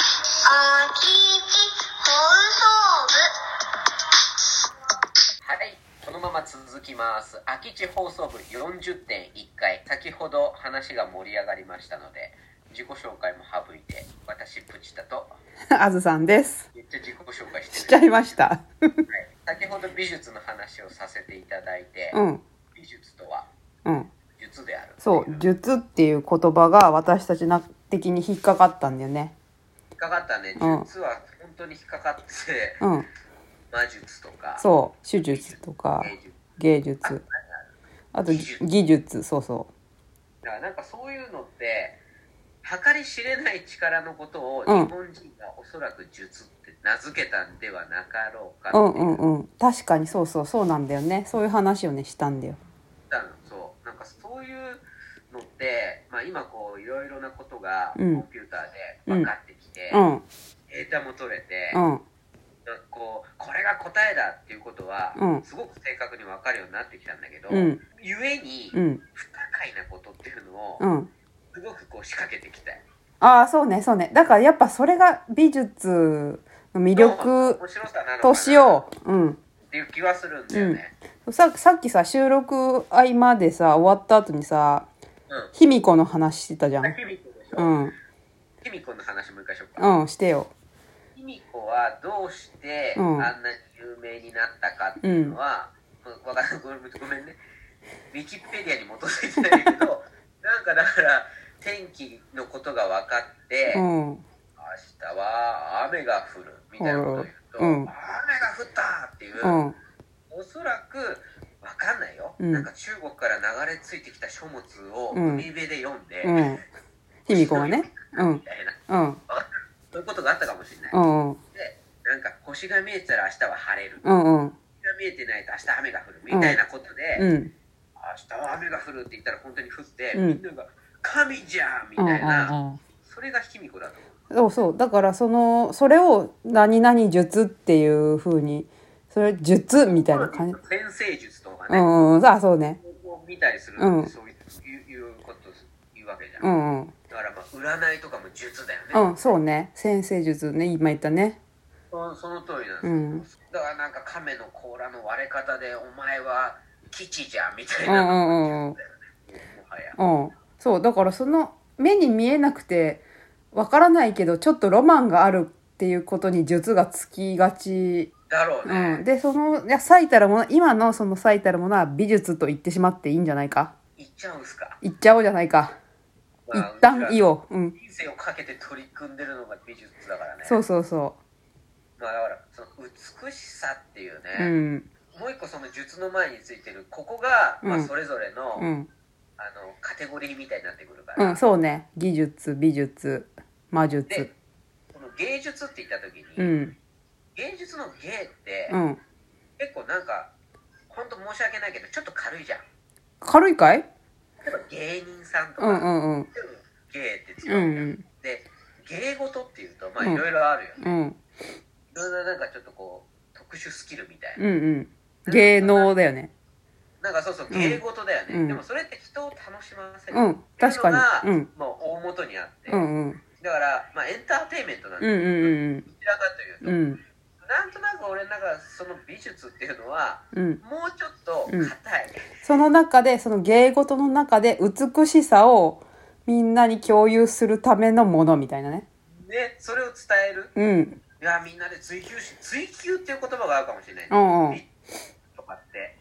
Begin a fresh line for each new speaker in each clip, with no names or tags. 空き地放送部
はい、このまま続きます。空き地放送部40.1回、先ほど話が盛り上がりましたので、自己紹介も省いて、私、プチタと、
あずさんです。
めっちゃ自己紹介してる。
しちゃいました。
はい先ほど美術の話をさせていただいて、
うん。
美術とは
うん。
術である。
そう、術っていう言葉が私たちな的に引っかかったんだよね。
引っかかったね。
うん
術は本当に引っかかって、
うん。
魔術とか、
そう。手術とか、
芸術
芸術。あと、技術。そうそ
だからなんかそういうのって、計り知れない力のことを日
うん
本人がおそらく術って名付けたんではなかろうかっ
う。
て
うんうんうん。確かにそうそう、そうなんだよね。そういう話をね、したんだよ。
たのそうなんかそういうのって、まあ、今こういろいろなことがコ
うん
ンピューターで分かってきて、
うん。うん。
データも取れて、
う
なんか
ん
こうこれが答えだっていうことは、
うん
すごく正確に分かるようになってきたんだけど、
うん
ゆえに
う
不
ん。
可解なことっていうのを
うん。
すごくこう仕掛けてきたい
ああ、そうね、そうね。だからやっぱそれが美術の魅力
面白さなのか
とし
なっ
よう。うん。
ていう気はするんだよね、
ささっきさ収録合間でさ終わった後にさ
うん
卑弥呼の話してたじゃ
あ
ん
卑弥呼でし
う
ょ
ん
卑弥呼の話もう一回しようか
うんしてよ
卑弥呼はどうしてあ
うんん
なに有名になったかっていうのは、わかんないごめんごめんねウィキペディアに基づいてないけど なんかだから天気のことが分かって、
う
明
んうん
日は雨が降るみたいなことを言うと、
うん
雨が降ったっていう、おそらく分かんないよ、
うん
なんか中国から流れ着いてきた書物を
うん
海辺で読んで、
うん卑弥呼がねうん
みたいな
うん
そういうことがあったかもしれない、
うんうん
でなんか星が見えてたら明日は晴れる、
うんうん
星が見えてないと明日雨が降るみたいなことで、
う
明
ん
日は雨が降るって言ったら本当に降って、
うん
みんなが「神じゃん!」み
うんう
た
ん
いな、
うん
それが卑弥呼だと思う
そうそうだからそのそれを何々術っていう風にそれ術みたいな感じ
先生術とか
う
ね、
んうんあそうね
を見たりする
う
のっ
ん
てそういう,、いうこと言うわけじゃん、
うんうん
だからまあ占いとかも術だよね、
うんそうね先生術ね今言ったね
そその通りなんです
う
よ、だ
ん
からなんか亀の甲羅の割れ方で「お前は吉じゃん」みたい
うんう
な、も
んうんうん
はや
うん、そうだからその目に見えなくてわからないけどちょっとロマンがあるっていうことに術がつきがち、
だろうね、
うん、でそのいや最たるもの今のその最たるものは美術と言ってしまっていいんじゃないか
言っちゃうんすか
言っちゃおうじゃないか一
まあ
旦いよう、うん、
人生をかけて取り組んでるのが美術だからね
そうそうそ
まあだからその美しさっていう
うう
ね、
ん
もう一個その術の前についてるここが、まあ、
うん
それぞれの,、
うん、
あのカテゴリーみたいになってくるか
う
ら、
ん、そうね技術美術魔術
でこの芸術って言った時に、
うん
芸術の芸って、
うん
結構なんか本当申し訳ないけどちょっと軽いじゃん
軽いかい
例えば芸人さんと
う
か、
んうんうん
でも芸って
う
違う、
ん
で芸事っていうとまあ
うん
いろいろあるよね、
うんうん
いろいろなんかちょっとこう特殊スキルみたいな、
うんうん芸能だよね
なんかそうそう
うん
芸事だよね、
うん
でもそれって人を楽しませる、
うん確かに
っていう
う
の
ん
が、もう大元にあって、
うんうん
だから、まあ、エンターテインメントなんで
うん
す
うんうん
どちらかというと、
うん
なんとなく俺の中でその美術っていうのは
うん、
もうちょっと
うん
硬い、
その中でその芸事の中で美しさをみんなに共有するためのものみたいなね
ねそれを伝える
うん
いやみんなで追求し追求っていう言葉が合うかもしれない、
うんうん
とかって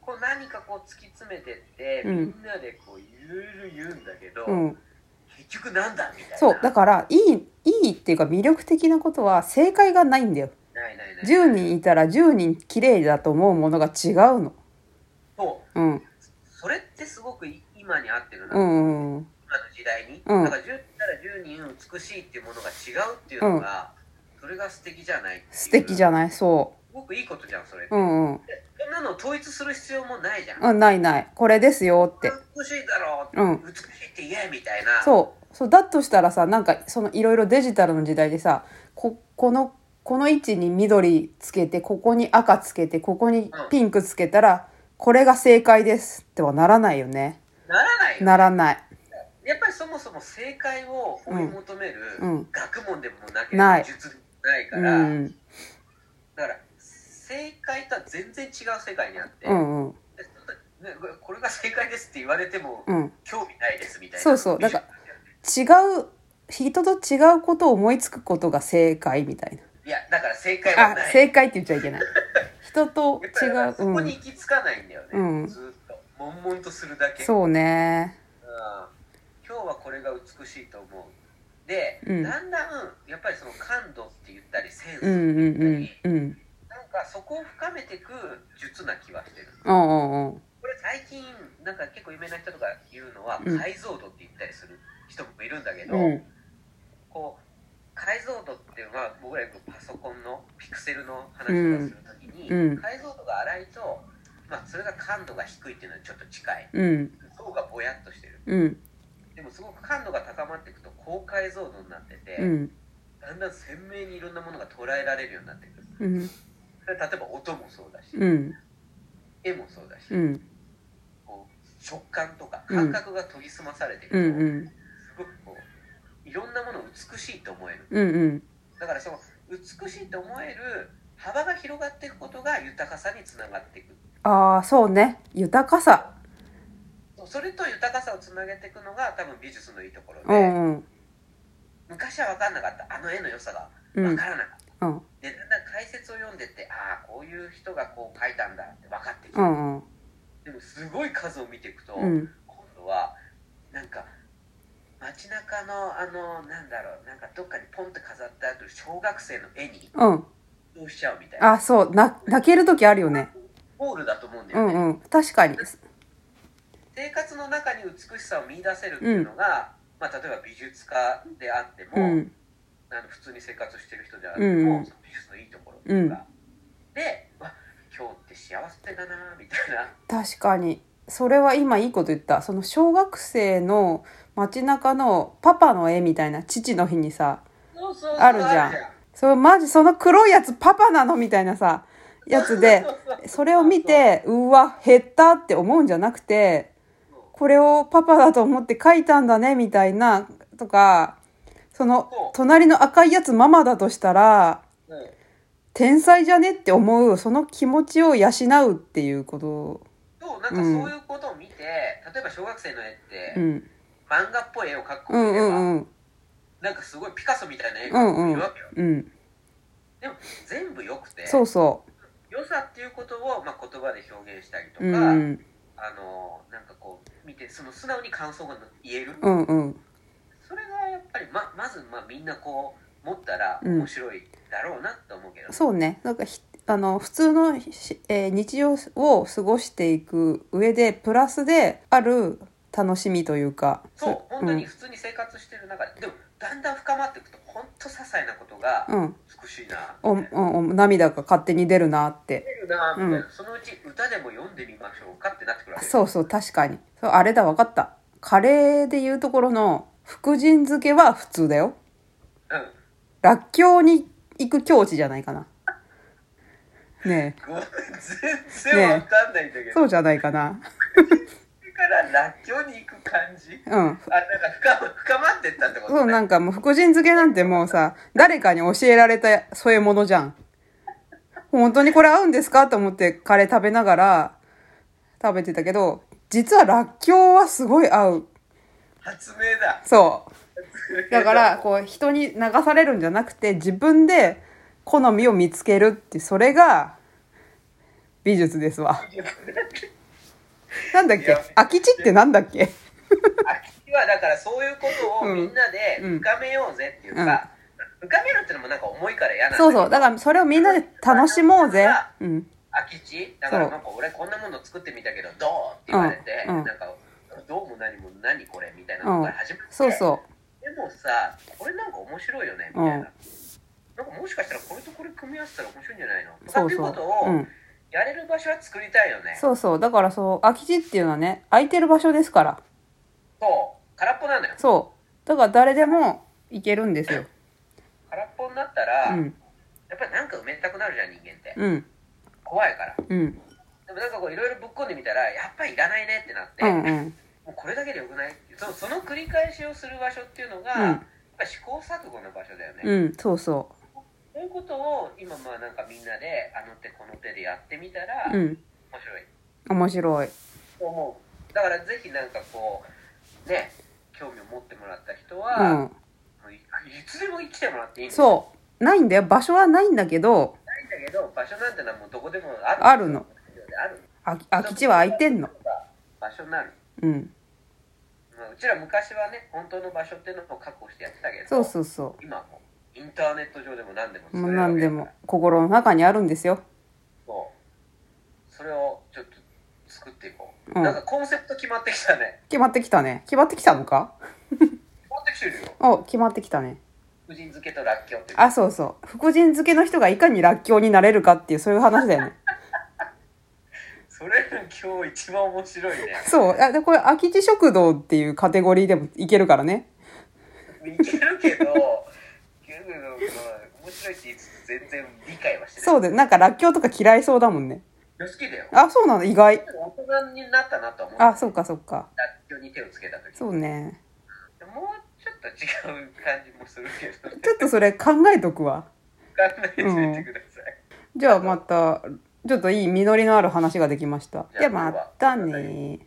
こう何かこう突き詰めてって、
うん
みんなでこういろいろ言うんだけど、
うん
結局なんだみたいな
そうだからいいいいっていうか魅力的なことは正解がないんだよ
ないないない
10人いたら10人綺麗だと思うものが違うの
そう
うん
それってすごく今に合ってるな、
う
今の
んうん
時代に、
うん
だから10から10人美しいっていうものが違うっていうのが、それが素敵じゃないっていう
素敵じ
ゃ
ゃないそ
すごくいいことじゃんそれって、
ううんうん
でそんなの統一する必要もないじゃん、
うんないないこれですよって
美しいだろう、
うん
美しいって言えみたいなう
そうそうだとしたらさなんかそのいろいろデジタルの時代でさここのこの位置に緑つけてここに赤つけてここにピンクつけたら、これが正解ですってはならないよね
ならないよ
ならない
やっぱりそもそも正解を追い求める
うん
学問でもなけれ
な
ば
い
術でもないか
う
ら、
ん
だから正解とは全然違う世界にあって、
うんうん
でねこれこれが正解ですって言われても
うん
興味ないですみたいな、
そうそうだから違う人と違うことを思いつくことが正解みたい
いやだから正解
な
は
あ
ない
正解って言っちゃいけない人と
やっ
違
ぱり だから
う
そこ
う
に
ん
行き着かないんだよね、
うん
ずっと悶々とするだけ
そうね
うん今日はこれが美しいと思うで、
うん
だんだんやっぱりその感度って言ったりセンスって
う
言
ん
ったり、
うんうんうん
なんかそこを深めていく術な気はしてる
うんうんうん
これ最近なんか結構有名な人とか言うのは、
うん
解像度って言ったりする人もいるんだけど、
うん
こう解像度っていうのは僕らよくパソコンのピクセルの話をするときに、
うんうん
解像度が荒いと、まあ、それが感度が低いっていうのにちょっと近い
うん
像がぼやっとしてる
うん
でもすごく感度が高まっていくと高解像度になってて、
うん
だんだん鮮明にいろんなものが捉えられるようになってくる
うん
それ例えば音もそうだし、
うん
絵もそうだし、
うん
こう食感とか
う
感
ん
覚が研ぎ澄まされていく
う
と、
んうん
すごくこういろんなものを美しいと思える
うんうん
だからその美しいと思える幅が広がっていくことが豊かさにつながっていく
ああそうね豊かさ
それと豊かさをつなげていくのが多分美術のいいところ
う
で
んうん
昔は分かんなかったあの絵の良さが
う
分
ん
からなかった、
うん
でだんだん解説を読んでってああこういう人がこう描いたんだって分かってき
う
た、
んうん
でもすごい数を見ていくと、
うん
今度はなんか街中のあのなんだろうなんかどっかにポンって飾ってある小学生の絵に
うん
どうしちゃうみたいな
あそうな泣ける時あるよね
ゴールだと思うんだ
う
よね、
んうん確かに
生活の中に美しさを見出せるっていうのが、まあ、例えば美術家であっても、
うん
あの普通に生活してる人であっても、
うん
その美術のいいところっていうか、でわ今日って幸せだなみたいな
確かにそれは今いいこと言ったその小学生の街中のパパの絵みたいな父の日にさ
そうそうそう
あるじゃんそれマジその黒いやつパパなのみたいなさやつでそれを見てうわ減ったって思うんじゃなくてこれをパパだと思って描いたんだねみたいなとかそ
そう
の隣の赤いやつママだとしたら
うんうん
天才じゃねって思うその気持ちを養うっていうこと
そうなんかそういうことを見て、例えば小学生の絵って、
うん
漫画っぽい絵を描く子
う
もい
ん
れ
う
ば、
んうん
なんかすごいピカソみたいな絵を描く子もいるわけよ、
うん
でも全部良くて
そうそ
良さっていうことを、まあ、言葉で表現したりと
う
か、
うん
あのなんかこう見てその素直に感想が言える、
うんうん
それがやっぱりままず、まあ、みんなこう持ったら
うん
面白いだろうなと思うけど、
そうねなんかひあの普通のし、えー日常を過ごしていく上でプラスである楽しみというか
そう本当に
うん
普通に生活してる中で、でもだんだん深まっていくと本当些細なことが
うん
美しいな
お
みたいな
おお涙が勝手に出るなって
出るなみたいな、
う
そのうち歌でも読んでみましょうかってなってくるわけ
そうそう確かにそうあれだ分かったカレーでいうところの福神漬けは普通だよ
うん
らっきょうに行く境地じゃないかなね
ごめん全然わかんないんだけ
え
ど、
そうじゃないかな
それかららっきょうに行く感じ
うん
あなんか深ま深まってったってことね
そうなんかもう福神漬けなんてもうさ誰かに教えられた添え物じゃん本当にこれ合うんですかと思ってカレー食べながら食べてたけど実はらっきょうはすごい合う
発明だ
そうだからこう人に流されるんじゃなくて自分で好みを見つけるってそれが美術ですわ なんだっ
い
け
や
空き地ってなんだっけ
空き地はだからそういうこと
う
を
ん
みんなで深めようぜっていうか、深めるってのもなんか重いから嫌なんだけど
そうそうだからそれをみんなで楽しもうぜうん
空き地だからなんか俺こんなもの作ってみたけどどうって言われて、
うんうん
なんかどうも何も何これみたいなのから始まって、
そうそう
でもさこれなんか面白いよねみたいな、なんかもしかしたらこれとこれ組み合わせたら面白いんじゃないのとか
そ
っ
う
ていう
そ
こと
う、う
を
ん、
やれる場所は作りたいよね、
そうそうだからそう空き地っていうのはね空いてる場所ですから
そう空っぽなんだよ
そうだから誰でも行けるんですよ
空っぽになったら、
うん
やっぱりなんか埋めたくなるじゃん人間って
うん
怖いから
うん
でもなんかこういろいろぶっこんでみたらやっぱりいらないねってなって、
うんうん
もうこれだけでよくないってそうその繰り返しをする場所っていうのが、
うん
やっぱ試行錯誤の場所だよね、
うんそうそ
そういうことを今まあなんかみんなであの手この手でやってみたら
うう
面白
ん
い
面白い
と思うだからぜひなんかこうね興味を持ってもらった人
う
は、
ん
もういいつでも来てもらっていいんだよ
そうないんだよ場所はないんだけど
ないんだけど場所なんてのはもうどこでもある
あるの
ある
あ空き地は空いてんの
場所になる、
うん
まあ、うちら昔はね本当の場所っていうのを確保してやってたけど
そうそうそ
今はもうインターネット上でも何でも
う
作
も
れ
う
るわ
何
け
で
だから
も心の中にあるんですよ
そうそれをちょっと作っていこう、
うん
なんかコンセプト決まってきたね
決まってきたね決まってきたのか
決まってきてるよ
お決まってきたね
福神漬けとらっきょうっていう
あそうそう福神漬けの人がいかにらっきょうになれるかっていうそういう話だよね
それ今日一番面白いね
そうあでこれ空き地食堂っていうカテゴリーでもいけるからね
いけるけどいけるけど面白いって言いつつ全然理解はしてない
そうでなんからっきょうとか嫌いそうだもんね
好きだよ
あそうなの意外
大人になったなとは思う
あそうかそうか
らっきょうに手をつけた時
そうね
もうちょっと違う感じもするけど、ね、
ちょっとそれ考えとくわ
考えてみてください、
じゃあまたちょっといい実りのある話ができましたじゃあまたね